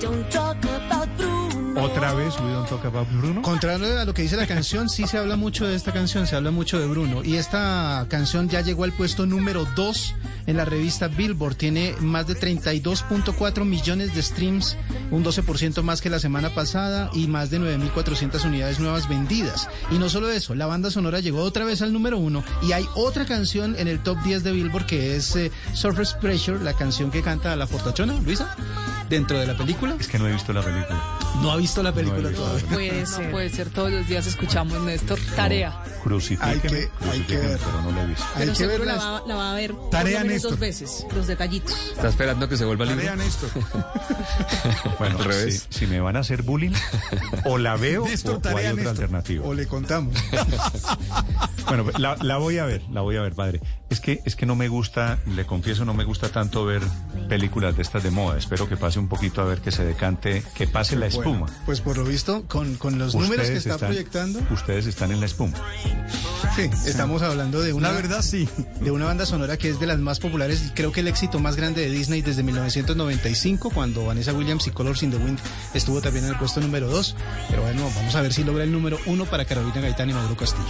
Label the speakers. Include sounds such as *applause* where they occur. Speaker 1: don't talk about Bruno.
Speaker 2: Otra vez, We Don't Talk About Bruno.
Speaker 3: Contrario a lo que dice la canción, sí se habla mucho de esta canción, se habla mucho de Bruno. Y esta canción ya llegó al puesto número 2 en la revista Billboard. Tiene más de 32.4 millones de streams, un 12% más que la semana pasada y más de 9.400 unidades nuevas vendidas. Y no solo eso, la banda sonora llegó otra vez al número 1 y hay otra canción en el top 10 de Billboard que es eh, Surface Pressure, la canción que canta la fortachona, Luisa, dentro de la película.
Speaker 2: Es que no he visto la película.
Speaker 3: No ha visto la película
Speaker 2: No he visto la
Speaker 3: todavía.
Speaker 4: Puede ser. puede ser. Todos los días escuchamos, Néstor. Tarea.
Speaker 3: Hay
Speaker 2: Crucifíqueme,
Speaker 3: que- hay
Speaker 2: crucifíqueme,
Speaker 3: que ver.
Speaker 2: pero no la he visto.
Speaker 3: Hay que
Speaker 5: seguro
Speaker 3: verla.
Speaker 5: la va, la va a ver por
Speaker 2: Tarea,
Speaker 5: lo menos
Speaker 2: Néstor.
Speaker 5: dos veces, los detallitos.
Speaker 6: Está esperando que se vuelva libre.
Speaker 7: Vean
Speaker 3: *laughs*
Speaker 7: esto.
Speaker 2: Bueno,
Speaker 6: Al revés.
Speaker 2: Si, si me van a hacer
Speaker 3: *laughs*
Speaker 2: bullying, o la veo
Speaker 7: Néstor,
Speaker 2: o, o hay
Speaker 7: tarea,
Speaker 2: otra
Speaker 7: Néstor.
Speaker 2: alternativa.
Speaker 3: O le contamos.
Speaker 2: Bueno, la, la voy a ver, la voy a ver, padre. Es que, es que no me gusta, le confieso, no me gusta tanto ver películas de estas de moda. Espero que pase un poquito a ver que se decante, que pase la espuma.
Speaker 3: Bueno, *laughs* pues por lo visto, con, con los números que está proyectando,
Speaker 2: Ustedes están en la espuma.
Speaker 3: sí, estamos hablando de una,
Speaker 7: La verdad, sí.
Speaker 3: de una banda sonora que es de las más populares y creo que el éxito más grande de Disney desde 1995, cuando Vanessa Williams y Colors in the Wind estuvo también en el puesto número 2. Pero bueno, vamos a ver si logra el número 1 para Carolina Gaitán y Maduro Castillo.